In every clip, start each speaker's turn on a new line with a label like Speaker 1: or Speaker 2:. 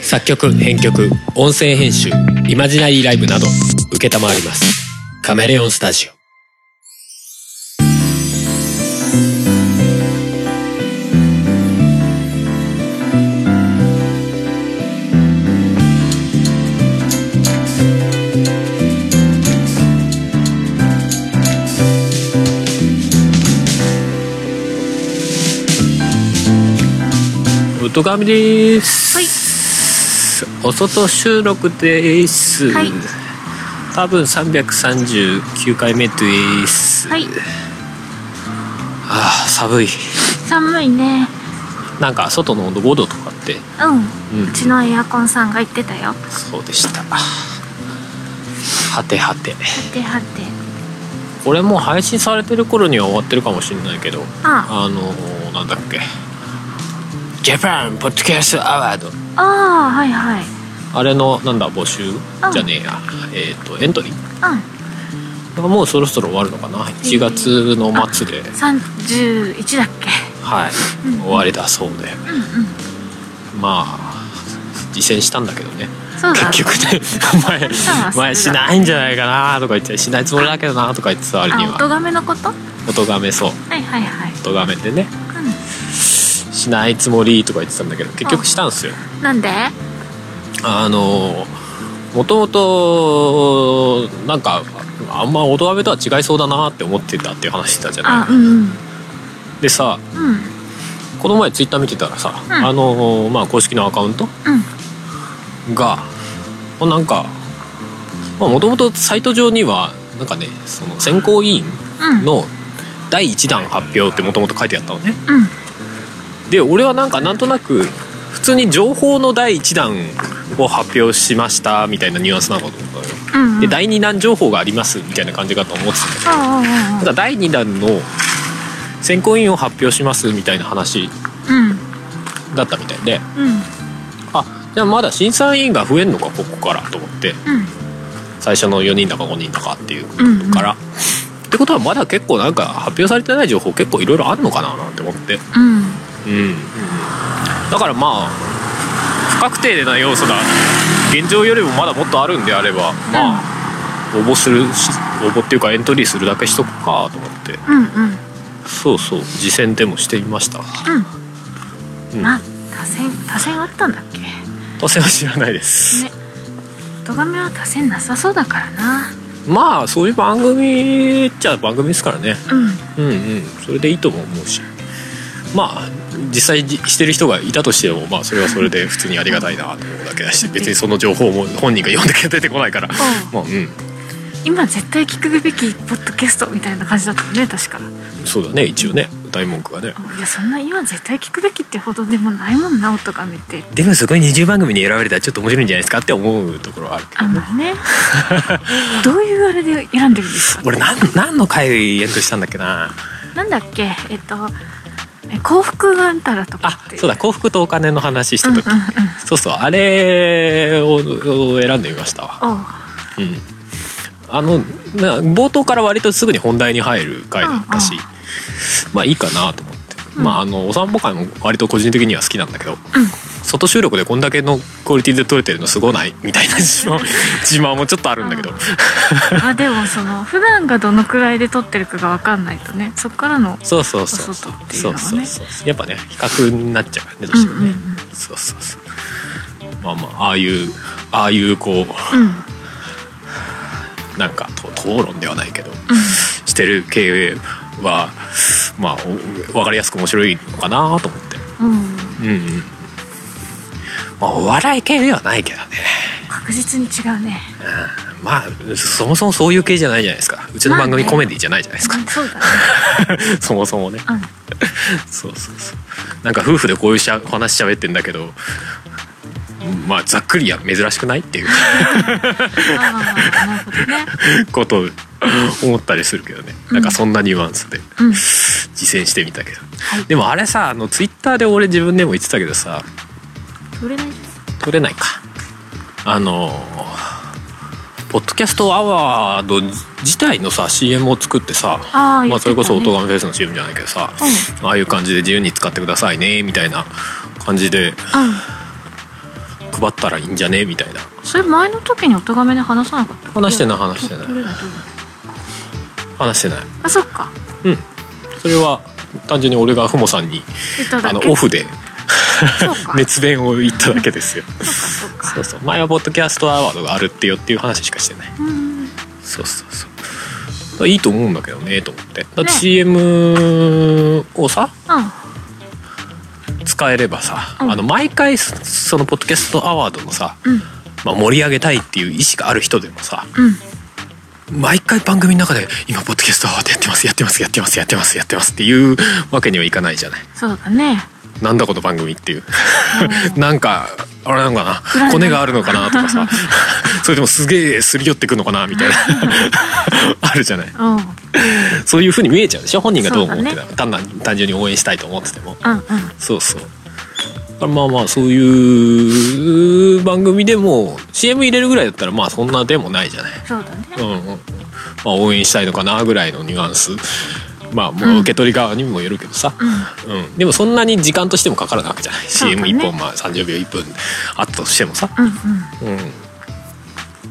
Speaker 1: 作曲編曲音声編集イマジナリーライブなど承りますカメレオンスタジオ音神です
Speaker 2: はい
Speaker 1: お外収録です、
Speaker 2: はい
Speaker 1: 多分339回目です、
Speaker 2: はい、
Speaker 1: あー寒い
Speaker 2: 寒いね。
Speaker 1: なんか外の温度5度とかって
Speaker 2: う
Speaker 1: う
Speaker 2: ん、うんん、うちのエアコンさんが言ってたよ。
Speaker 1: そうでしたはてはて
Speaker 2: で、はて。
Speaker 1: これもう配信されてる頃には終わってるかもしれないけどあ
Speaker 2: あ、
Speaker 1: のー、なんだっけジャパンポッドキャストアワード
Speaker 2: ああ、はいはい。
Speaker 1: あれのなんだ募集じゃねえやえっ、とエントリー
Speaker 2: う
Speaker 1: がもうそろそろ終わるのかな1月の末で
Speaker 2: ん、三十一だっけ。
Speaker 1: はい、
Speaker 2: うん
Speaker 1: 終わりだそうで
Speaker 2: うんうん。
Speaker 1: まあ実践したんだけどね
Speaker 2: そうだ。
Speaker 1: 結局ね前
Speaker 2: そう
Speaker 1: 前しないんじゃないかなとか言ってしないつもりだけどなとか言ってた割に
Speaker 2: あ、
Speaker 1: は
Speaker 2: 音がめのこと。は
Speaker 1: 音がめそう
Speaker 2: いはいはい。
Speaker 1: 音がめてね
Speaker 2: う
Speaker 1: しないつもりとか言ってたんだけど結局したんですよ
Speaker 2: ん、なんで。
Speaker 1: あのもともとなんかあんま音がめとは違いそうだなって思ってたっていう話してたじゃ
Speaker 2: あ
Speaker 1: な、
Speaker 2: うんうん。
Speaker 1: いでさ
Speaker 2: うん。
Speaker 1: この前ツイッター見てたらさ、
Speaker 2: ん
Speaker 1: あのまあ公式のアカウント
Speaker 2: うん。
Speaker 1: がまあなんかもともとサイト上にはなんかねその選考委員
Speaker 2: うん。。
Speaker 1: の第1弾発表ってもともと書いてあったのね
Speaker 2: うん。
Speaker 1: で俺はなんかなんとなく普通に情報の第1弾を発表しましたみたいなニュアンスなのかと思ったのよ
Speaker 2: うん。
Speaker 1: で
Speaker 2: だ。
Speaker 1: 第2弾情報がありますみたいな感じかと思ってたんだけ
Speaker 2: うんうんうん
Speaker 1: どただ第2弾の選考委員を発表しますみたいな話
Speaker 2: うん。
Speaker 1: だったみたいで
Speaker 2: うん。うん。
Speaker 1: あじゃあまだ審査委員が増えんのかここからと思って
Speaker 2: うん。
Speaker 1: 最初の4人だか5人だかっていう
Speaker 2: うんうん
Speaker 1: から、ってことはまだ結構なんか発表されてない情報結構いろいろあるのかななんて思って
Speaker 2: うん。
Speaker 1: うんだからまあ不確定な要素が現状よりもまだもっとあるんであればまあ、応募するし応募っていうかエントリーするだけしとくかと思って
Speaker 2: うん。うん。
Speaker 1: そうそう実践でもしてみました
Speaker 2: う。
Speaker 1: うんん
Speaker 2: あ、多選、多選あったんだっけ。
Speaker 1: 当選は知らないです、
Speaker 2: ね、音がめは多選なさそうだからな
Speaker 1: まあそういう番組っちゃ番組ですからね
Speaker 2: うん
Speaker 1: うんうんそれでいいとも思うしまあ実際じしてる人がいたとしてもまあそれはそれで普通にありがたいなと思うだけだし別にその情報も本人が読んで出てこないからまあうん
Speaker 2: 今絶対聞くべきポッドキャストみたいな感じだったよね確か
Speaker 1: そうだね一応ね大文句がね
Speaker 2: いやそんな今絶対聞くべきってほどでもないもんな音がめって
Speaker 1: でもそこに20番組に選ばれたらちょっと面白いんじゃないですかって思うところはある
Speaker 2: あんま りねどういうあれで選んでるんですか
Speaker 1: 俺何何の回エントリーしたんだっけな
Speaker 2: なんだっけえっとえ幸福があんたらとか
Speaker 1: あ
Speaker 2: って
Speaker 1: そうだ幸福とお金の話し
Speaker 2: う
Speaker 1: た
Speaker 2: んうん
Speaker 1: 時、
Speaker 2: うん
Speaker 1: そうそうあれをを選んでみましたわ
Speaker 2: おう
Speaker 1: うん、あのな冒頭から割とすぐに本題に入る回だったし、
Speaker 2: うんう
Speaker 1: まあいいかなと思って、
Speaker 2: うん
Speaker 1: まああのお散歩会も割と個人的には好きなんだけど
Speaker 2: うん
Speaker 1: 外収録でこんだけのクオリティで撮れてるのすごないみたいな自慢自慢もちょっとあるんだけど、
Speaker 2: うんあでもその普段がどのくらいで撮ってるかがわかんないとねそっからの
Speaker 1: そうそうそうそ
Speaker 2: 外
Speaker 1: う
Speaker 2: っていう
Speaker 1: そ
Speaker 2: の
Speaker 1: う
Speaker 2: はね
Speaker 1: そうそうやっぱね比較になっちゃうからねどうしてもね、
Speaker 2: うんうん
Speaker 1: そうそうそうまあまあああいうああいうこ
Speaker 2: うんうん
Speaker 1: うなんかと討論ではないけどしてる経営はまあおわかりやすく面白いのかなと思って
Speaker 2: うん
Speaker 1: うんうんまあお笑い系ではないけどね
Speaker 2: 確実に違うね
Speaker 1: うんまあそもそもそういう系じゃないじゃないですかうちの番組
Speaker 2: まあね
Speaker 1: コメディじゃないじゃないですか、
Speaker 2: うんそうだね
Speaker 1: そもそもね
Speaker 2: うん
Speaker 1: そうそうそうなんか夫婦でこういうしゃ話しゃべってんだけどうんまあざっくりや珍しくないっていう
Speaker 2: ああなるほどね
Speaker 1: ことを思ったりするけどねなんかそんなニュアンスで
Speaker 2: うん
Speaker 1: 実践してみたけど、
Speaker 2: はい
Speaker 1: でもあれさあのツイッターで俺自分でも言ってたけどさ
Speaker 2: 取れない
Speaker 1: 取れないかあのポッドキャストアワード自体のさ CM を作ってさ
Speaker 2: ああ
Speaker 1: まあ、それこそ「音
Speaker 2: 音
Speaker 1: がめフェス」の CM じゃないけどさ、
Speaker 2: う
Speaker 1: ああいう感じで自由に使ってくださいねみたいな感じで
Speaker 2: う
Speaker 1: 配ったらいいんじゃねみたいな
Speaker 2: それ前の時にお咎めで話さなかった
Speaker 1: 話してない話してない
Speaker 2: どれだどれだ
Speaker 1: 話してない
Speaker 2: あそっか
Speaker 1: うんそれは単純に俺がふもさんに
Speaker 2: いただ
Speaker 1: あ
Speaker 2: け
Speaker 1: のオフで
Speaker 2: そうか、
Speaker 1: 熱弁を言っただけですよ
Speaker 2: そうかそうか
Speaker 1: そうそう前はポッドキャストアワードがあるってよっていう話しかしてない
Speaker 2: うん
Speaker 1: そうそうそうだからいいと思うんだけどねと思ってだって CM をさ
Speaker 2: う
Speaker 1: 使えればさ、
Speaker 2: うん
Speaker 1: あの毎回そそのポッドキャストアワードのさ、
Speaker 2: んうん
Speaker 1: まあ、盛り上げたいっていう意思がある人でもさ
Speaker 2: うん
Speaker 1: 毎回番組の中で「今ポッドキャストアワードやってますやってますやってますやってますやってます」っていうわけにはいかないじゃない
Speaker 2: そうだね
Speaker 1: なんだこの番組っていうなんかあれなのか
Speaker 2: 占
Speaker 1: ないコネがあるのかなとかさそれでもすげえすり寄ってくのかなみたいなあるじゃない
Speaker 2: うんうんうん
Speaker 1: そういう風に見えちゃうでしょ本人がどう思って
Speaker 2: そう
Speaker 1: たら、単な単純に応援したいと思っててもそうそうだからまあまあそういう番組でも CM 入れるぐらいだったらまあそんなでもないじゃない
Speaker 2: そうだね
Speaker 1: うんうんまあ応援したいのかなぐらいのニュアンスまあもう受け取り側にもよるけどさ、
Speaker 2: うん
Speaker 1: うん、でもそんなに時間としてもかからないわけじゃない、
Speaker 2: そうだね
Speaker 1: CM1 本まあ30秒1分あったとしてもさ、
Speaker 2: うんうん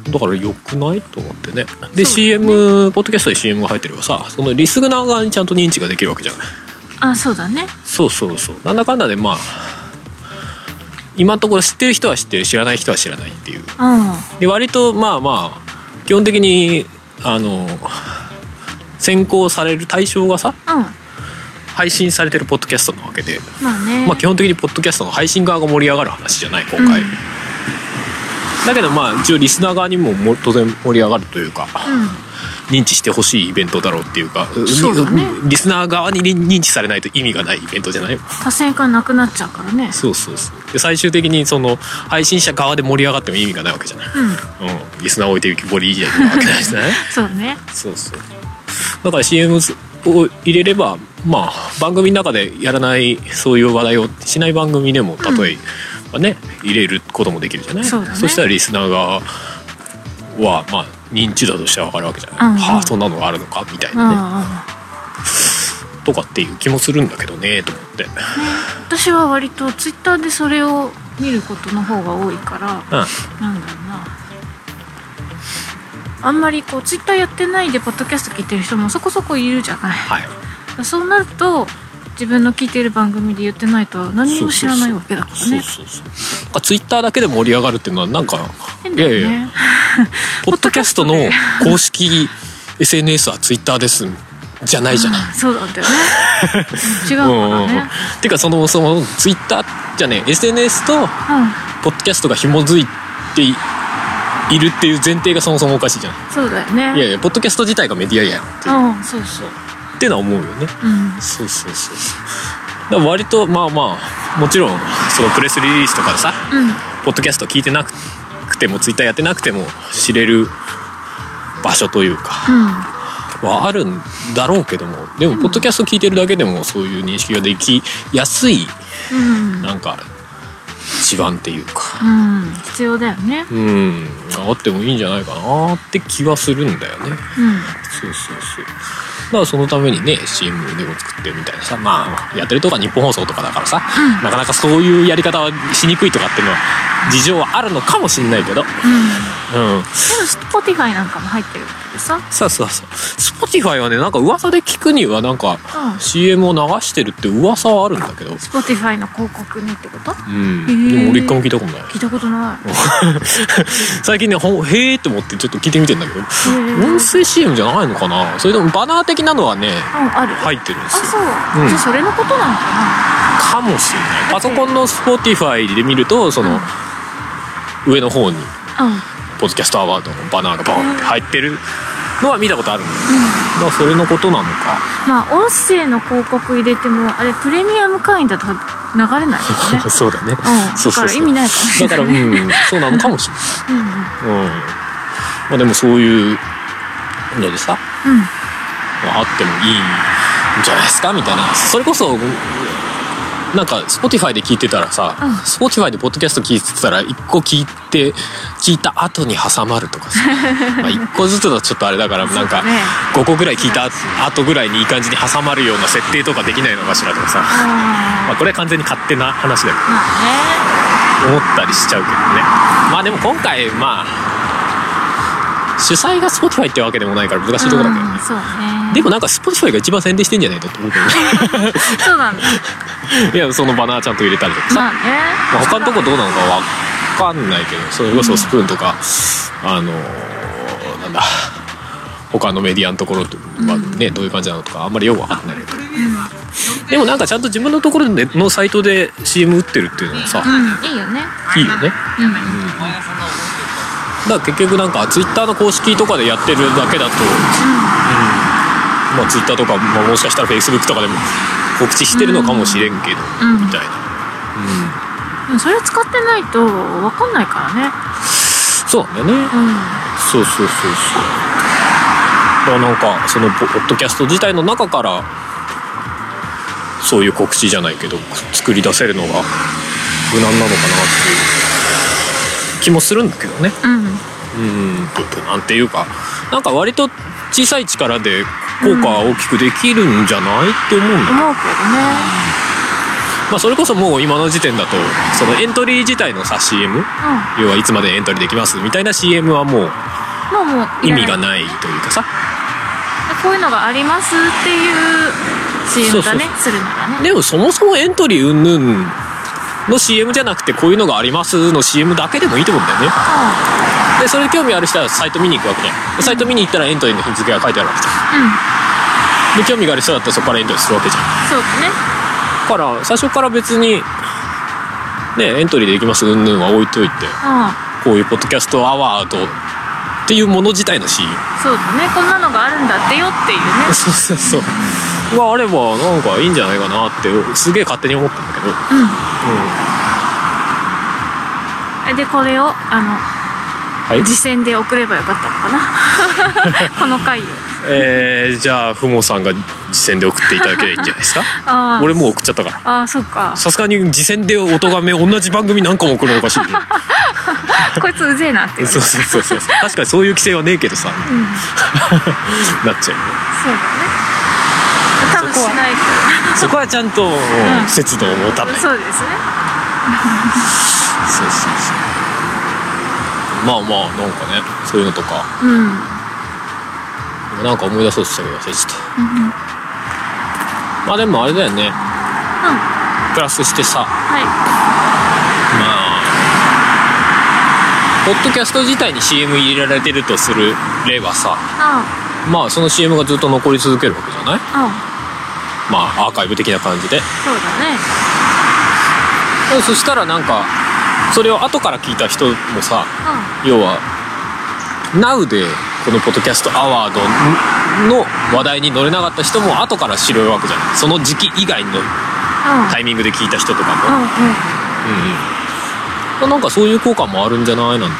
Speaker 1: うん、だからよくないと思ってねで
Speaker 2: そうだね
Speaker 1: CM ポッドキャストで CM が入ってればさそのリスナー側にちゃんと認知ができるわけじゃない
Speaker 2: あそうだね
Speaker 1: そうそうそうなんだかんだでまあ今のところ知ってる人は知ってる知らない人は知らないっていう
Speaker 2: うん
Speaker 1: で割とまあまあ基本的にあの選考される対象がさ
Speaker 2: うん
Speaker 1: 配信されてるポッドキャストなわけで
Speaker 2: まあね
Speaker 1: まあ、基本的にポッドキャストの配信側が盛り上がる話じゃない今回、
Speaker 2: うん
Speaker 1: だけどまあ一応リスナー側にもも当然盛り上がるというか、
Speaker 2: うん
Speaker 1: 認知してほしいイベントだろうっていうか
Speaker 2: そうだね
Speaker 1: リスナー側に認知されないと意味がないイベントじゃない
Speaker 2: 多線感なくなっちゃうからね
Speaker 1: そうそうそうで最終的にその配信者側で盛り上がっても意味がないわけじゃない、
Speaker 2: うん
Speaker 1: うん、リスナー置いて浮き彫りじゃないわけないですね
Speaker 2: そうね
Speaker 1: そうそうだから CM を入れればまあ番組の中でやらないそういう話題をしない番組でも例えばね、入れることもできるじゃない
Speaker 2: そうだね
Speaker 1: したらリスナーがはまあ認知度としては分かるわけじゃない、
Speaker 2: うんうん
Speaker 1: はあそんなのがあるのかみたい
Speaker 2: うんうん
Speaker 1: なね、とかっていう気もするんだけどねと思って
Speaker 2: 私は割とツイッターでそれを見ることの方が多いから
Speaker 1: うん
Speaker 2: なんだろうなあんまりこうツイッターやってないでポッドキャスト聞いてる人もそこそこいるじゃない
Speaker 1: はい
Speaker 2: そうなると自分の聞いてる番組で言ってないと何も知らないわけだから
Speaker 1: そう
Speaker 2: ね
Speaker 1: そうそうなんかツイッターだけで盛り上がるっていうのはなんか
Speaker 2: 変だよね
Speaker 1: いやいやポッドキャストの公式 SNS はツイッターですじゃないじゃない
Speaker 2: そうなんだ よね違うからね
Speaker 1: てかそのそのツイッターじゃねえ SNS と
Speaker 2: うん、
Speaker 1: ポッドキャストが紐づいていいるっていう前提がそもそもおかしいじゃな
Speaker 2: そうだよ
Speaker 1: いいや
Speaker 2: ね
Speaker 1: いやポッドキャスト自体がメディアやんって
Speaker 2: うんそうそう
Speaker 1: ってのは思うよね
Speaker 2: うん
Speaker 1: そうそうそうそうだから割とまあまあもちろんそのプレスリリースとかでさ
Speaker 2: うん
Speaker 1: ポッドキャスト聞いてなくてもツイッターやってなくても知れる場所というか
Speaker 2: うん
Speaker 1: はあるんだろうけどもでもポッドキャスト聞いてるだけでもそういう認識ができやすい
Speaker 2: うん、
Speaker 1: なんか一番っていうか
Speaker 2: うん、必要だよね
Speaker 1: うんあってもいいんじゃないかなって気はするんだよね
Speaker 2: うん
Speaker 1: そうそうそうだからそのためにね CM でも作ってみたいなさまあやってるとか日本放送とかだからさ、なかなかそういうやり方はしにくいとかっていうのは事情はあるのかもしんないけどうん
Speaker 2: うんでも Spotify なんかも入ってるわけでさ
Speaker 1: そうそうそう Spotify はねなんか噂で聞くにはなんか
Speaker 2: うん
Speaker 1: CM を流してるって噂はあるんだけど
Speaker 2: Spotify の広告にってこと
Speaker 1: うん
Speaker 2: へえ
Speaker 1: でも俺一回も聞いたことない
Speaker 2: 聞いたことない
Speaker 1: 最近ねほんへーって思ってちょっと聞いてみてんだけど
Speaker 2: ー
Speaker 1: 音声 CM じゃないのかなそれでもバナー的なのはね
Speaker 2: うんある、
Speaker 1: 入ってるんで
Speaker 2: あ
Speaker 1: すよ
Speaker 2: そう、
Speaker 1: うん
Speaker 2: じゃあそれのことなのか
Speaker 1: かもしれないパソコンの Spotify で見るとその、上の方に
Speaker 2: なうん
Speaker 1: ポッドキャストアワードのバナーがボンって入ってるのは見たことあるのよだからそれのことなのか
Speaker 2: まあ音声の広告入れてもあれプレミアム会員だと流れないよね
Speaker 1: そうだね、
Speaker 2: うん
Speaker 1: そうそうそう
Speaker 2: だから意味ないから
Speaker 1: だ
Speaker 2: ね
Speaker 1: からうんそうなのかもしれない
Speaker 2: うんうん
Speaker 1: うんまあでもそういうのでさ
Speaker 2: うん
Speaker 1: あってもいいんじゃないですかみたいなそれこそなんか Spotify で聞いてたらさ、
Speaker 2: うん
Speaker 1: Spotify でポッドキャスト聞いてたら一個聞いて聞いた後に挟まるとか さまあ一個ずつだとちょっとあれだからなん
Speaker 2: そうだ
Speaker 1: か
Speaker 2: ね
Speaker 1: 5個ぐらい聞いた後ぐらいにいい感じに挟まるような設定とかできないのかしらとかさ、ま
Speaker 2: あ
Speaker 1: あ、これは完全に勝手な話だよ
Speaker 2: ーまあね
Speaker 1: 思ったりしちゃうけどねまあでも今回まあ主催が Spotify ってわけでもないから難しいところだけどね
Speaker 2: うん、そうね
Speaker 1: でもなんか Spotify が一番宣伝してんじゃないかと思うけ
Speaker 2: そうなんだ
Speaker 1: どね いやそのバナーちゃんと入れたりとかさ、
Speaker 2: まあね、
Speaker 1: まあ他のとこどうなのかわかんないけどそれこそスプーンとか、あのーなんだ他のメディアのところとまあね、どういう感じなのとかあんまりよくわかんないけど、でもなんかちゃんと自分のところでのサイトで CM 打ってるっていうのはさ、
Speaker 2: うんいいよね
Speaker 1: いいよね
Speaker 2: うん
Speaker 1: だから結局なんかツイッターの公式とかでやってるだけだと、まあ、ツイッターとか、まあ、もしかしたらフェイスブックとかでも告知してるのかもしれんけど、
Speaker 2: うん
Speaker 1: みたいな、うん、
Speaker 2: でもそれ使ってないと分かんないからね
Speaker 1: そうなんだよね、
Speaker 2: う
Speaker 1: そうそうそうそうだからなんかそのポポッドキャスト自体の中からそういう告知じゃないけど作り出せるのが無難なのかなっていう気もするんだけどね
Speaker 2: んう
Speaker 1: う
Speaker 2: ん
Speaker 1: んなんていうかなんか割と小さい力で効果は大きくできるんじゃないって思うんだよね
Speaker 2: 思うけどね
Speaker 1: まあ、それこそもう今の時点だとそのエントリー自体のさ CM
Speaker 2: う
Speaker 1: 要はいつまでエントリーできますみたいな CM はもうん
Speaker 2: もうもうい
Speaker 1: 意
Speaker 2: らな
Speaker 1: 味
Speaker 2: い
Speaker 1: がないというかさ
Speaker 2: こういうのがありますっていう CM だね
Speaker 1: そう
Speaker 2: するならね
Speaker 1: でもそもそもエントリー云々の CM じゃなくてこういうのがありますの CM だけでもいいと思うんだよねでそれで興味ある人はサイト見に行くわけじゃんでサイト見に行ったらエントリーの日付が書いてあるわけじゃ
Speaker 2: うん、うん、
Speaker 1: んで興味がある人だったらそこからエントリーするわけじゃん
Speaker 2: そうだね
Speaker 1: だから最初から別にねエントリーできます云々は置いといて
Speaker 2: う
Speaker 1: こういうポッドキャストアワードっていうもの自体の CM
Speaker 2: んそうだねこんなのがあるんだってよっていうね
Speaker 1: そうそうそうがあればなんかいいんじゃないかなってすげえ勝手に思ったんだけど、
Speaker 2: うんえでこれをあ
Speaker 1: は
Speaker 2: の実践で送ればよかったのか なこの回を
Speaker 1: えー、じゃあふもさんが実践で送っていただければいいんじゃないです か
Speaker 2: あー
Speaker 1: 俺もう送っちゃったから
Speaker 2: あーそう か
Speaker 1: さすがに実践でお咎め同じ番組何個も送るのおかしいね
Speaker 2: こいつうぜえなってい う、
Speaker 1: そうそうそうそう確かにそういう規制はねえけどさ
Speaker 2: うん、
Speaker 1: なっちゃうよね
Speaker 2: そうだね多分しないけ
Speaker 1: そこはちゃんと
Speaker 2: ん
Speaker 1: 節度を持た
Speaker 2: ど
Speaker 1: ない
Speaker 2: そうですね
Speaker 1: そうそうそうまあまあなんかねそういうのとか
Speaker 2: うん、うん、
Speaker 1: なんか思い出そうとしたけど忘れちゃったまあでもあれだよね
Speaker 2: は
Speaker 1: プラスしてさ
Speaker 2: い
Speaker 1: まあポッドキャスト自体に CM 入れられてるとする例はさ
Speaker 2: あ
Speaker 1: まあその CM がずっと残り続けるわけじゃない
Speaker 2: ああ
Speaker 1: まあアーカイブ的な感じで
Speaker 2: あそうだね
Speaker 1: そしたらなんかそれを後から聞いた人もさ要は Now でこのポッドキャストアワードの話題に乗れなかった人も後から知るわけじゃないその時期以外の
Speaker 2: うんうん
Speaker 1: タイミングで聞いた人とか
Speaker 2: う
Speaker 1: も、
Speaker 2: んうん
Speaker 1: うんうん、なんかそういう効果もあるんじゃないなんてね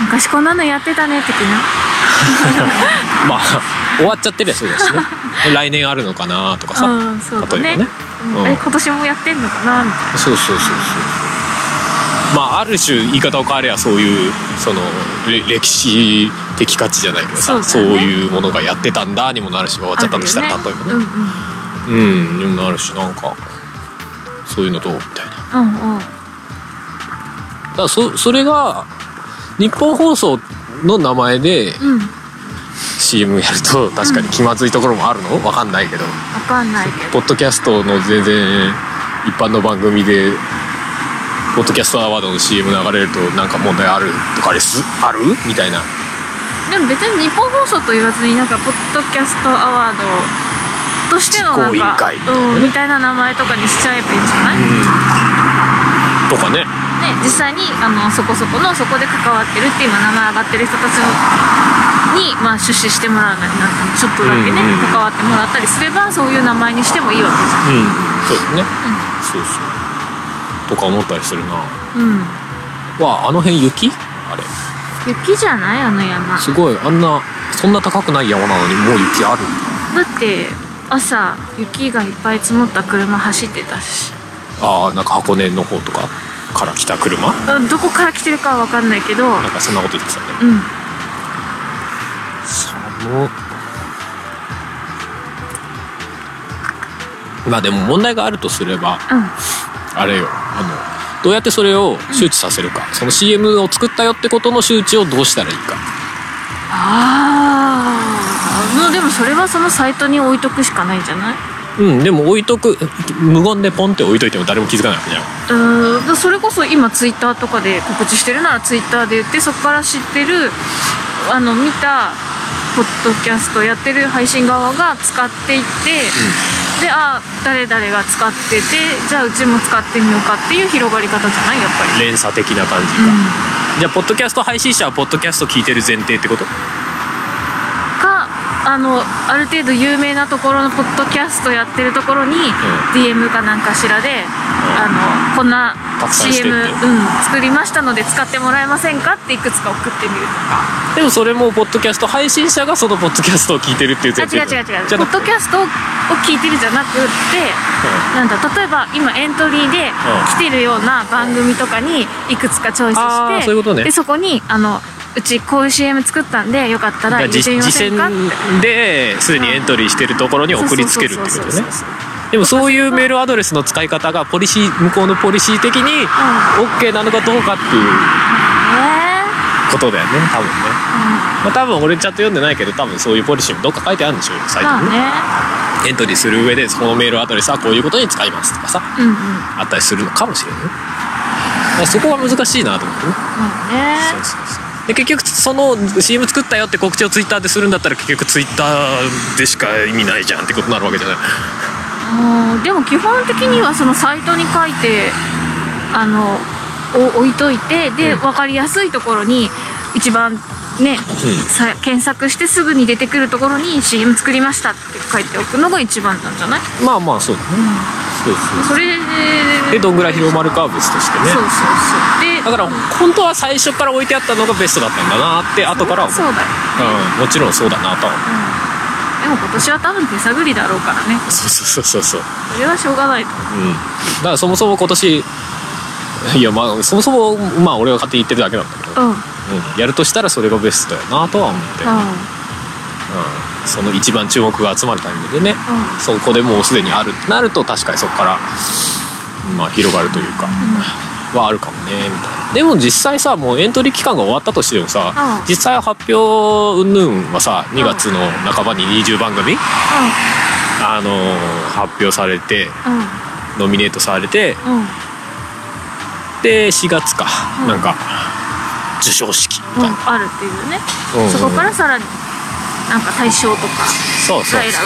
Speaker 2: 昔こんなのやってたね的な
Speaker 1: まあ 終わっちゃってりゃそうだし ね来年あるのかなとかさ、
Speaker 2: うんそうだ
Speaker 1: 例えば
Speaker 2: ね
Speaker 1: ね
Speaker 2: うん
Speaker 1: うん
Speaker 2: え今年もやってんのかなみたいな
Speaker 1: そうそうそうそうまあある種言い方を変えればそういうそのれ歴史的価値じゃないけどさそ,、
Speaker 2: そううだね
Speaker 1: いうものがやってたんだにもなるし終わっちゃったとしたら、
Speaker 2: ある
Speaker 1: 例え
Speaker 2: よ
Speaker 1: ば
Speaker 2: ね
Speaker 1: ねうんにもなるしなんかそういうのどうみたいなだ
Speaker 2: うんうんうんうん
Speaker 1: からそそれが日本放送の名前で
Speaker 2: うんわ
Speaker 1: CM やると確かに気まずいところもあるのわかんないけど
Speaker 2: かんないけど
Speaker 1: ポッドキャストの全然一般の番組でポッドキャストアワードの CM 流れるとなんか問題あるとかですあるみたいな
Speaker 2: でも別に日本放送と言わずになんかポッドキャストアワードとしてのなん
Speaker 1: 実行委
Speaker 2: か
Speaker 1: 員会みたいなね
Speaker 2: うんみたいな名前とかにしちゃえばいいんじゃない
Speaker 1: とかね
Speaker 2: ね、実際にあのそこそこのそこで関わってるっていう今名前上がってる人たちに、まあ、出資してもらうなりなんかちょっとだけね、
Speaker 1: うんうんうん
Speaker 2: 関わってもらったりすればそういう名前にしてもいいわけじ
Speaker 1: うんそうですね、そうそうとか思ったりするな
Speaker 2: ゃん、うん、
Speaker 1: わああの辺雪あれ
Speaker 2: 雪じゃないあの山だ
Speaker 1: すごいあんなそんな高くない山なのにもう雪ある
Speaker 2: って朝雪がいっぱい積もった車走ってたし
Speaker 1: ああなんか箱根の方とかから来た車な
Speaker 2: あどこから来てるかは分かんないけどうん
Speaker 1: んかそんなこと言ってたね寒っまあでも問題があるとすれば
Speaker 2: うん
Speaker 1: あれよあどうやってそれを周知させるか、その CM を作ったよってことの周知をどうしたらいいか
Speaker 2: ああもうでもそれはそのサイトに置いとくしかないんじゃない
Speaker 1: うんでも置いとく無言でポンって置いといても誰も気づかないわけじゃん
Speaker 2: うーんそれこそ今ツイッターとかで告知してるならツイッターで言ってそこから知ってるあの見たポッドキャストやってる配信側が使っていって、であ誰々が使っててじゃあうちも使ってみようかっていう広がり方じゃないやっぱり、
Speaker 1: 連鎖的な感じが、じゃあポッドキャスト配信者はポッドキャスト聞いてる前提ってこと
Speaker 2: かあのある程度有名なところのポッドキャストやってるところに、DM かなんかしらで、あのこんな
Speaker 1: 拡散してって
Speaker 2: CM、うん、作りましたので使ってもらえませんかっていくつか送ってみる
Speaker 1: でもそれもポッドキャスト配信者がそのポッドキャストを聞いてるっていう
Speaker 2: あ
Speaker 1: 前提
Speaker 2: 違う違う違う
Speaker 1: じゃ
Speaker 2: ポ
Speaker 1: な
Speaker 2: ッド
Speaker 1: くて
Speaker 2: キャストを聞いてるじゃなくって、なんだ例えば今エントリーで来てるような番組とかにいくつかチョイス
Speaker 1: あー
Speaker 2: して
Speaker 1: そういうことね
Speaker 2: でそこにあのうちこういう CM 作ったんでよかったら
Speaker 1: じゃあ
Speaker 2: 入れて
Speaker 1: 実
Speaker 2: みませんかっ
Speaker 1: 実
Speaker 2: て
Speaker 1: 践ですでにエントリーしてるところに送りつけるってこ
Speaker 2: そう
Speaker 1: と
Speaker 2: そうそう
Speaker 1: ね
Speaker 2: そうそう
Speaker 1: でもそういうメールアドレスの使い方がポリシー向こうのポリシー的に OK なのかどうかっていう
Speaker 2: ね
Speaker 1: ことだよね多分ね、
Speaker 2: う
Speaker 1: まあ、多分俺ちゃんと読んでないけど多分そういうポリシーもどっか書いてあるんでしょうよサ
Speaker 2: ん
Speaker 1: イト
Speaker 2: まあ
Speaker 1: にね、
Speaker 2: ね
Speaker 1: エントリーする上でそのメールアドレスはこういうことに使いますとかさ
Speaker 2: うんうん
Speaker 1: あったりするのかもしれないねだからそこが難しいなと思ってね
Speaker 2: まあ
Speaker 1: そ
Speaker 2: ね
Speaker 1: うそうそうで結局その CM 作ったよって告知をツイッターでするんだったら結局ツイッターでしか意味ないじゃんってことになるわけじゃない
Speaker 2: うんでも基本的にはそのサイトに書いてあのお置いといてで、
Speaker 1: うん
Speaker 2: 分かりやすいところに一番ね、さ検索してすぐに出てくるところに CM 作りましたって書いておくのが一番なんじゃない
Speaker 1: まあまあそうだね、そうそう
Speaker 2: それで
Speaker 1: でどんぐらい広まるかは別として
Speaker 2: そうそう
Speaker 1: ね
Speaker 2: そうで
Speaker 1: だから本当は最初から置いてあったのがベストだったんだなって後からは思
Speaker 2: そう
Speaker 1: う、
Speaker 2: だよ、
Speaker 1: うん、もちろんそうだなとは思う
Speaker 2: でも今年は多分手探りだろうからね
Speaker 1: そうそうそうそうそう
Speaker 2: それはしょうがないと思う
Speaker 1: うんだからそもそも今年いやまあそもそもまあ俺が勝手に言ってるだけなんだけど、
Speaker 2: うん、う
Speaker 1: う
Speaker 2: ん、
Speaker 1: ん、やるとしたらそれがベストやなとは思って、うん、その一番注目が集まるタイミングでね、
Speaker 2: う
Speaker 1: そこでもうすでにあるってなると確かにそこから、まあ、広がるというか、はあるかもねみたいなでも実際さもうエントリー期間が終わったとしてもさ、
Speaker 2: うん
Speaker 1: 実際発表云々はさ2月の半ばに20番組、あのー発表されてノミネートされて
Speaker 2: うんうんうん
Speaker 1: で4月か、
Speaker 2: うん
Speaker 1: なんか授賞式みた
Speaker 2: う
Speaker 1: い
Speaker 2: ん
Speaker 1: な、
Speaker 2: あるっていうね、
Speaker 1: うん
Speaker 2: そこからさらになんか大賞とか
Speaker 1: そうそう
Speaker 2: が選ばれるんです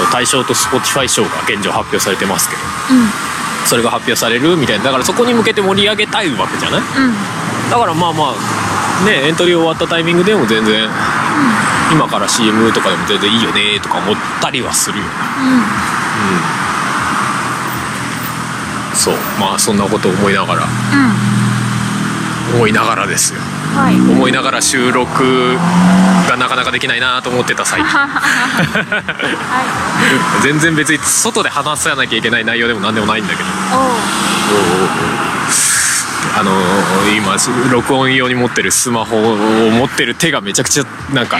Speaker 2: よね
Speaker 1: 対象と Spotify 賞が現状発表されてますけど
Speaker 2: う
Speaker 1: それが発表されるみたいなだからそこに向けて盛り上げたいわけじゃない
Speaker 2: んうん
Speaker 1: だからまあまあねエントリー終わったタイミングでも全然、今から CM とかでも全然いいよねとか思ったりはするよねうんそうまあそんなこと思いながら
Speaker 2: うんうん
Speaker 1: 思いながらですよ
Speaker 2: はい
Speaker 1: 思いながら収録がなかなかできないなと思ってた最近
Speaker 2: はい
Speaker 1: 全然別に外で話さなきゃいけない内容でも何でもないんだけど
Speaker 2: お
Speaker 1: あの今録音用に持ってるスマホを持ってる手がめちゃくちゃなんか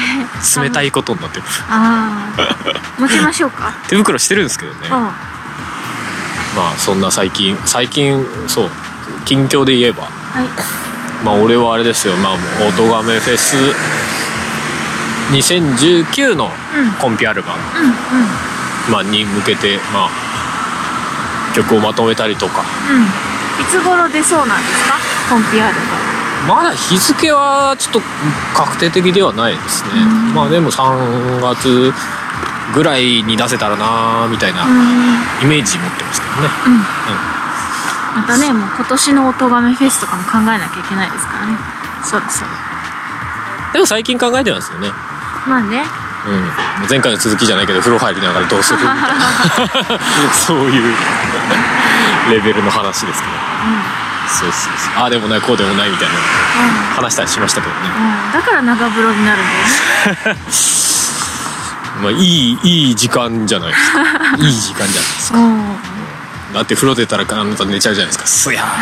Speaker 1: 冷たいことになってる
Speaker 2: うあ あ持ちましょうか
Speaker 1: 手袋してるんですけどね
Speaker 2: うん
Speaker 1: まあそんな最近最近そう近況で言えば
Speaker 2: はい
Speaker 1: まあ俺はあれですよまあもう「オトガメフェス2019」の
Speaker 2: うん
Speaker 1: コンピアルバム、
Speaker 2: うんうん
Speaker 1: まあ、に向けてまあ曲をまとめたりとか
Speaker 2: うんいつ頃出そうなんですかコンピアールが
Speaker 1: まだ日付はちょっと確定的ではないですね、
Speaker 2: うん
Speaker 1: まあでも3月ぐらいに出せたらなーみたいな
Speaker 2: うん
Speaker 1: イメージ持ってますけどね、
Speaker 2: うんまたねもう今年の音がめフェスとかも考えなきゃいけないですからねそうですそうです
Speaker 1: でも最近考えてますよね、
Speaker 2: まあね
Speaker 1: うん、前回の続きじゃないけど風呂入りながらどうするみたい なそういうレベルの話ですけど
Speaker 2: うんうん
Speaker 1: そうそうそうああでもないこうでもないみたいな話したりしましたけどね
Speaker 2: うんだから長風呂になるんだよね
Speaker 1: まあいいいい時間じゃないですか いい時間じゃないですか
Speaker 2: うん
Speaker 1: だって風呂出たらあなた寝ちゃうじゃないですかすや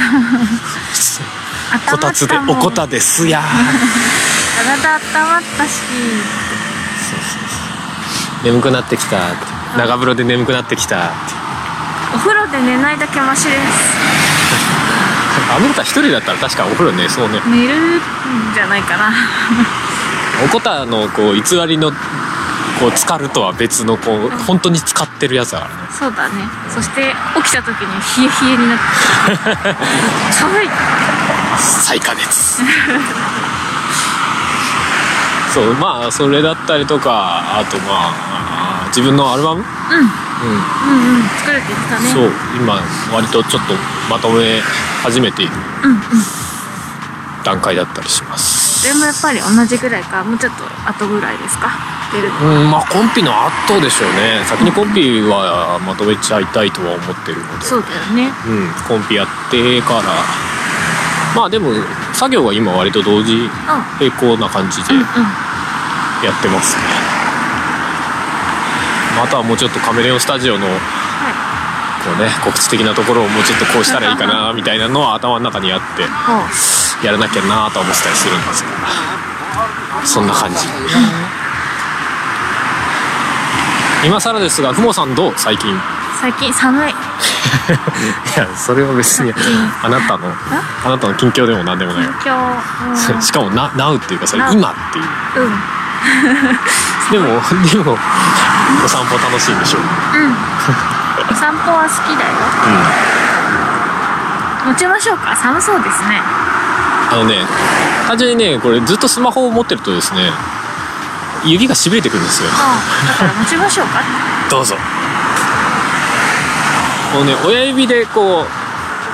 Speaker 1: ーこたつでおこたですやー
Speaker 2: 体温まったし
Speaker 1: 眠くなってきた長風呂で眠くなってきた
Speaker 2: お風呂で寝ないだけマシです
Speaker 1: あの歌一人だったら確かお風呂寝そうね
Speaker 2: 寝るんじゃないかな
Speaker 1: おこたのこう偽りのこう浸かるとは別のこう本当に浸かってるやつだからね
Speaker 2: そうだねそして起きた時に冷え冷え になって寒い
Speaker 1: 再加 熱そうまあそれだったりとかあとまああー自分のアルバム、うん
Speaker 2: うんうんうん作れてきたね
Speaker 1: そう今割とちょっとまとめ始めている
Speaker 2: うんうん
Speaker 1: 段階だったりします
Speaker 2: でもやっぱり同じぐらいかもうちょっと後ぐらいですか出るの
Speaker 1: うんまあコンピの後でしょうね先にコンピはまとめちゃいたいとは思ってるので
Speaker 2: そうだよね
Speaker 1: うん、コンピやってからまあでも作業は今割と同時並行な感じで
Speaker 2: うんうん
Speaker 1: やってますね、まああとはもうちょっとカメレオンスタジオのこ
Speaker 2: は
Speaker 1: うね告知的なところをもうちょっとこうしたらいいかなみたいなのは頭の中にあっ
Speaker 2: いもう
Speaker 1: てやらなきゃなとは思ってたりするんですがそんな感じ今更ですがふもさんどう最近い
Speaker 2: 最近寒い
Speaker 1: やそれは別にあなたのあなたの近況でも何でもない
Speaker 2: 今日
Speaker 1: しかもな、なうっていうか、それ
Speaker 2: なう
Speaker 1: 今っていう。
Speaker 2: うん うん
Speaker 1: でも、でも、お散歩楽しいんでしょう。
Speaker 2: うんお散歩は好きだよ
Speaker 1: うん。
Speaker 2: 持ちましょうか寒そうですね
Speaker 1: あのね、単純にね、これずっとスマホを持ってるとですね、指が痺れてくるんですよ。
Speaker 2: うんだから持ちましょうか
Speaker 1: どうぞ。このね、親指でこ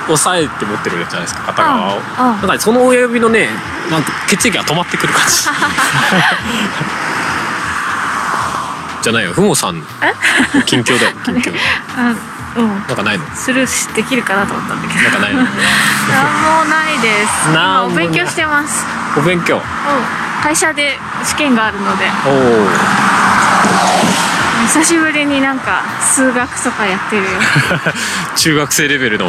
Speaker 1: う、押さえて持ってるじゃないですか、片側を。
Speaker 2: うんうん
Speaker 1: だからその親指のね、なんか血液が止まってくる感 じ。じゃないよ、ふもさんの近況 だよ、近況。
Speaker 2: うんうん
Speaker 1: なんかないの
Speaker 2: スルーしできるかなと思ったんだけど
Speaker 1: なんかないの
Speaker 2: なんもないです
Speaker 1: な
Speaker 2: 今
Speaker 1: ん
Speaker 2: お
Speaker 1: もない
Speaker 2: 勉強してます
Speaker 1: お勉強お
Speaker 2: うん会社で試験があるので
Speaker 1: お
Speaker 2: 久しぶりになんか数学とかやってる よ
Speaker 1: 中学生レベルの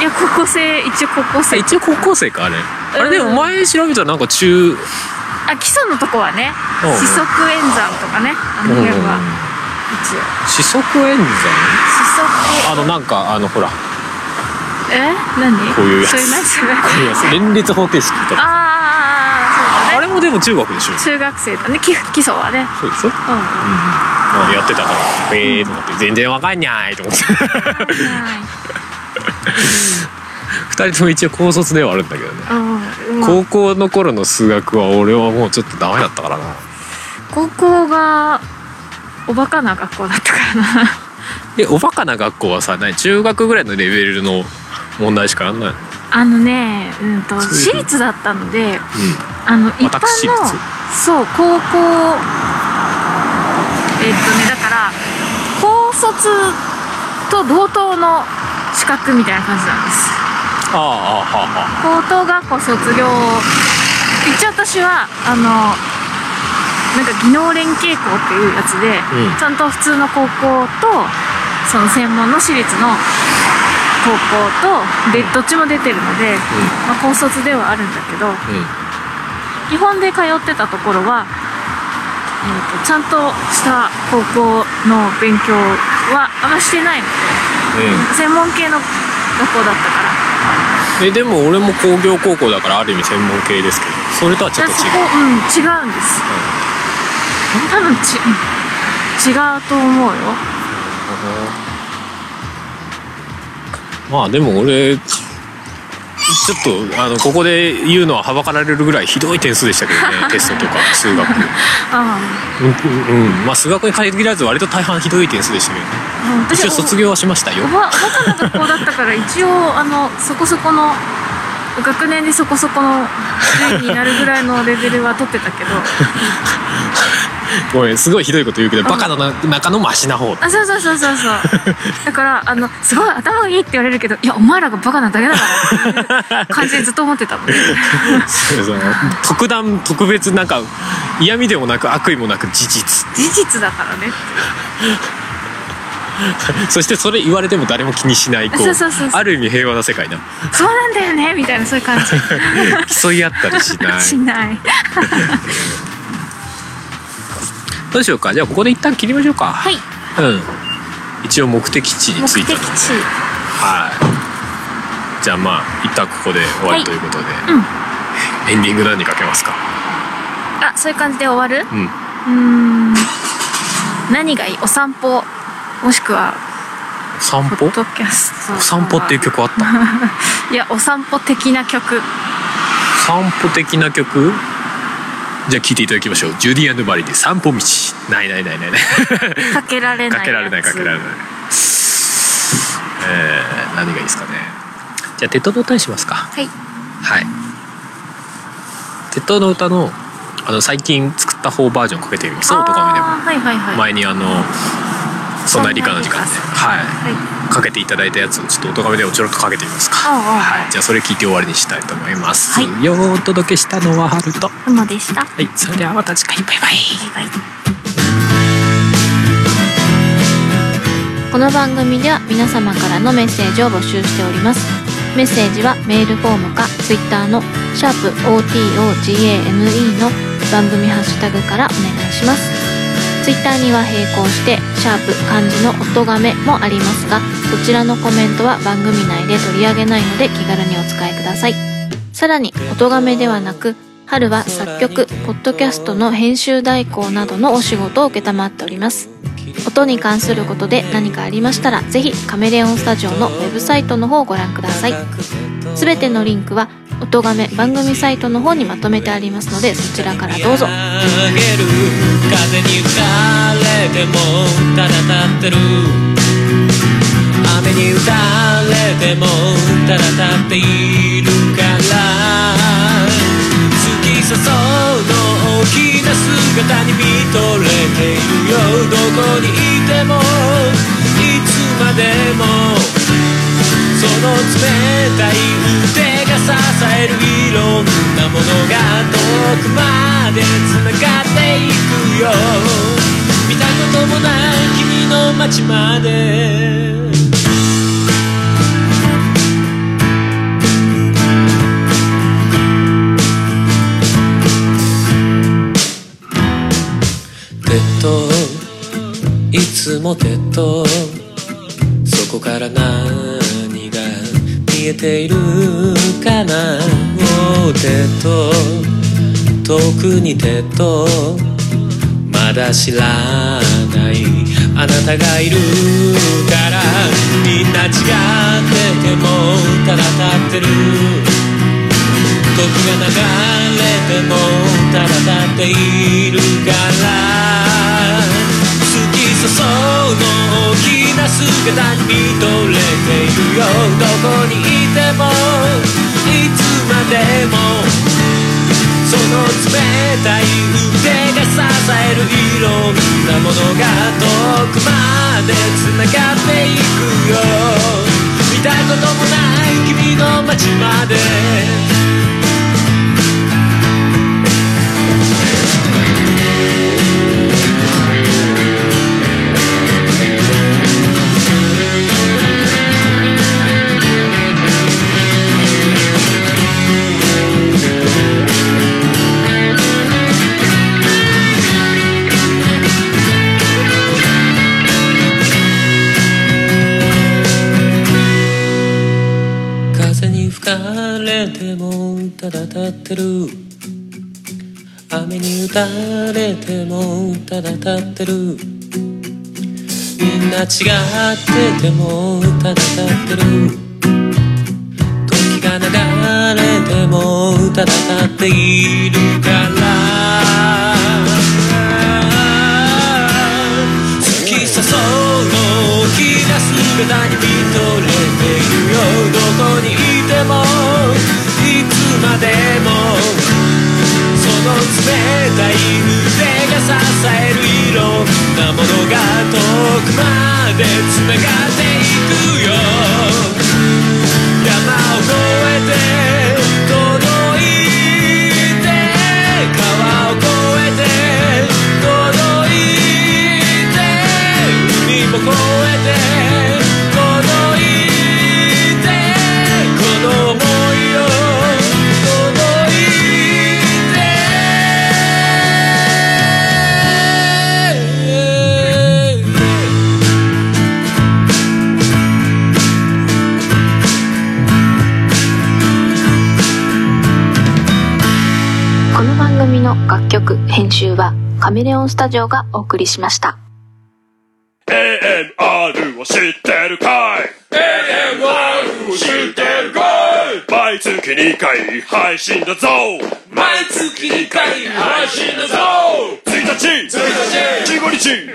Speaker 2: いや高校生一応高校生
Speaker 1: 一応高校生かあれあれで
Speaker 2: うん
Speaker 1: も前調べたらなんか中
Speaker 2: あ基礎のとこはね
Speaker 1: うん
Speaker 2: 四則演算とかねあの辺は一応
Speaker 1: 四則演算
Speaker 2: 四則
Speaker 1: あのなんかあのほらこ
Speaker 2: え何
Speaker 1: こういうやつ
Speaker 2: それ何それ
Speaker 1: ういうやつ連立方程式とか
Speaker 2: ああそ
Speaker 1: あ
Speaker 2: うだ
Speaker 1: れ
Speaker 2: ね
Speaker 1: もでも中学でしょ
Speaker 2: 中学生だね基基礎はね
Speaker 1: そうでしょ
Speaker 2: うんうん
Speaker 1: あやってたからええーと思って全然わかんにゃーいと思って 二人とも一応高卒ではあるんだけどね
Speaker 2: うんう
Speaker 1: 高
Speaker 2: ん
Speaker 1: 校の頃の数学は俺はもうちょっとダメだったからな
Speaker 2: 高校がおバカな学校だったからな
Speaker 1: えおバカな学校はさ何中学ぐらいのレベルの問題しかやんないの
Speaker 2: あのねうんと
Speaker 1: そういう
Speaker 2: 私立だったので
Speaker 1: うん
Speaker 2: あの一般の
Speaker 1: 私立
Speaker 2: そう高校えっとねだから高卒と同等の資格みたいな感じなんです
Speaker 1: ああああは
Speaker 2: 高等学校卒業一応私はあのなんか技能連携校っていうやつで、
Speaker 1: うん
Speaker 2: ちゃんと普通の高校とその専門の私立の高校とでどっちも出てるので、まあ、高卒ではあるんだけど
Speaker 1: あうん
Speaker 2: 基本で通ってたところは、えーとちゃんとした高校の勉強はあんましてないの
Speaker 1: う
Speaker 2: 専門系の学校だったから。
Speaker 1: ん、えでも俺も工業高校だからある意味専門系ですけどそれとはちょっと違
Speaker 2: そこ
Speaker 1: う
Speaker 2: うん違うんです、多分ち違うと思うよ
Speaker 1: まあでも俺ちょっとあのここで言うのははばかられるぐらいひどい点数でしたけどねテストとか数学
Speaker 2: あ
Speaker 1: うん、うんうんまあ数学に限らず割と大半ひどい点数でしたけどね
Speaker 2: あうん
Speaker 1: 一応卒
Speaker 2: 業
Speaker 1: 業はしましたよ
Speaker 2: おばおバカな学校だったから一応あのそこそこの学年でそこそこの順位になるぐらいのレベルは取ってたけど
Speaker 1: ごめんすごいひどいこと言うけど
Speaker 2: ん
Speaker 1: バカのな中のマシな方
Speaker 2: あそうそうそうそうそうだからあのすごい頭がいいって言われるけどいやお前らがバカなだけだからっていう感じでずっと思ってたので
Speaker 1: そうそう特段特別なんか嫌味でもなく悪意もなく事実
Speaker 2: 事実だからね
Speaker 1: そしてそれ言われても誰も気にしないこ
Speaker 2: そうそうそうそう
Speaker 1: ある意味平和な世界だ
Speaker 2: そうなんだよねみたいなそうい う感じ
Speaker 1: 競い合ったりしない
Speaker 2: しない
Speaker 1: どうしようかじゃあここで一旦切りましょうか
Speaker 2: はい
Speaker 1: うん一応目的地に
Speaker 2: 目
Speaker 1: つい
Speaker 2: 的
Speaker 1: て
Speaker 2: 地
Speaker 1: はいじゃあまあ一旦ここで終わりということで、
Speaker 2: うん
Speaker 1: エンディング何にかけますか
Speaker 2: あそういう感じで終わる
Speaker 1: うん
Speaker 2: うーん何がいいお散歩もしくは
Speaker 1: お散
Speaker 2: ポ
Speaker 1: 歩
Speaker 2: ッドキャスト
Speaker 1: お散歩っていう曲あった
Speaker 2: いやお散歩的な曲
Speaker 1: 散歩的な曲じゃあ聴いていただきましょうジュディアン・バリで「散歩道」ないないないない ない
Speaker 2: かけられないやつ
Speaker 1: かけられないかけられないえー、何がいいですかねじゃあ「鉄塔の歌」にしますか
Speaker 2: はい
Speaker 1: はい「鉄塔の歌の」あの最近作った方バージョンかけてみます音神でも
Speaker 2: あーはいはいはい、
Speaker 1: 前にあの「そんな理科の時間で」
Speaker 2: そんな理科
Speaker 1: は
Speaker 2: はい、
Speaker 1: いかけていただいたやつをちょっと音神でもちょろっとかけてみますか
Speaker 2: ああ
Speaker 1: はい、じゃあそれ聞いて終わりにしたいと思います、
Speaker 2: は
Speaker 1: よお届けしたのはハルト
Speaker 2: ふもでしたバ
Speaker 1: はい、それではまた次回バイバイ。
Speaker 2: イバイ
Speaker 3: この番組では皆様からのメッセージを募集しておりますメッセージはメールフォームか Twitter の「シャープ #OTOGAME」の番組ハッシュタグからお願いします Twitter には並行して「シャープ漢字の音亀」もありますがそちらのコメントは番組内で取り上げないので気軽にお使いくださいさらに音亀ではなく春は作曲ポッドキャストの編集代行などのお仕事を承っております音に関することで何かありましたらぜひカメレオンスタジオのウェブサイトの方をご覧くださいすべてのリンクは音亀番組サイトの方にまとめてありますのでそちらからどうぞ
Speaker 4: 風に打たれてもただ立ってる雨に打たれてもただ立っているから突き刺そうの大きな姿に見とれているよどこにいてもいつまでもその冷たい腕が支えるいろんなものが遠くまで繋がっていくよ見たこともない君の街まで鉄塔いつも鉄塔そこから何が見えているかなおう鉄塔遠くに鉄塔まだ知らないあなたがいるからみんな違っててもただ立ってる時が流れてもただ立っているから突き刺そうの大きな姿に見とれているよどこにいてもいつまでもその冷たい腕が支えるいろんなものが遠くまで繋がっていくよ見たこともない君の街まで風に吹かれてもただ立ってる雨に打たれてもただ立ってるみんな違っててもただ立ってる時が流れてもただ立っているから突き刺そうの大きな姿に見とれているよどこにいてもいつまでもその冷たい腕が支えるいろんなものが遠くまで繋がっていくよ山を越えて届いて川を越えて届いて海も越えて届いてこの想いを届いて
Speaker 3: の楽曲編集はカメレオンスタジオがお送りしました
Speaker 5: AMR を知ってるかい AMR を知ってるかい毎月2回配信だぞ毎月2回配信だぞ1日1日15日15日 AMR を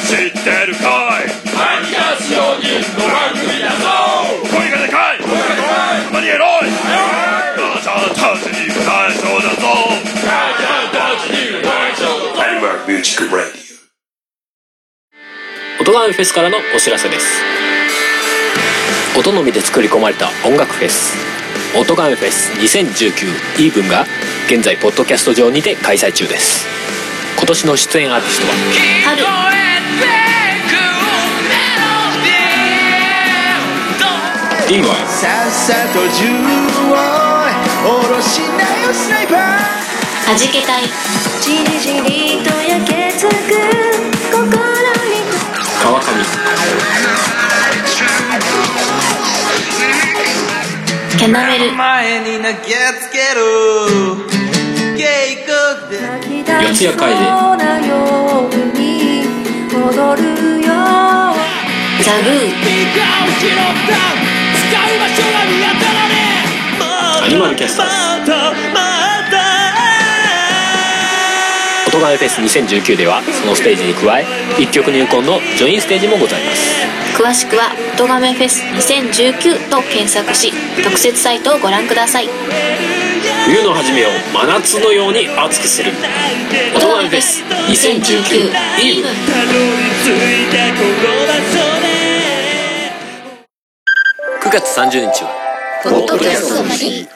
Speaker 5: 知ってるかい吐き出すようにの番組だぞ声がでかい声がでかいたまにエロい母ちゃんたちに大丈夫だぞ母ちゃんたちに大丈夫だぞ AMR ミュージックラディオ
Speaker 1: 音がフェスからのお知らせです音のみで作り込まれた音楽フェス音がフェス2019イーブンが現在ポッドキャスト上にて開催中です今年の出演アーティストは春イーブン
Speaker 6: さっさと銃を下ろしなよスナイパー
Speaker 3: はじけたい
Speaker 7: じりじりと焼けつく心に
Speaker 1: 川上
Speaker 3: キャナメル
Speaker 6: 前に投げつける稽古で
Speaker 7: 泣き出しそうなように踊るよ
Speaker 3: ザグー
Speaker 1: アニマルキャスターズ音がフェス2019ではそのステージに加え一曲入魂のジョインステージもございます
Speaker 3: 詳しくは「音ガメフェス2019」と検索し特設サイトをご覧ください
Speaker 1: 冬の初めを真夏のように熱くする「音がフェス2019イーブン」9月30日は
Speaker 3: ポッドキャストの日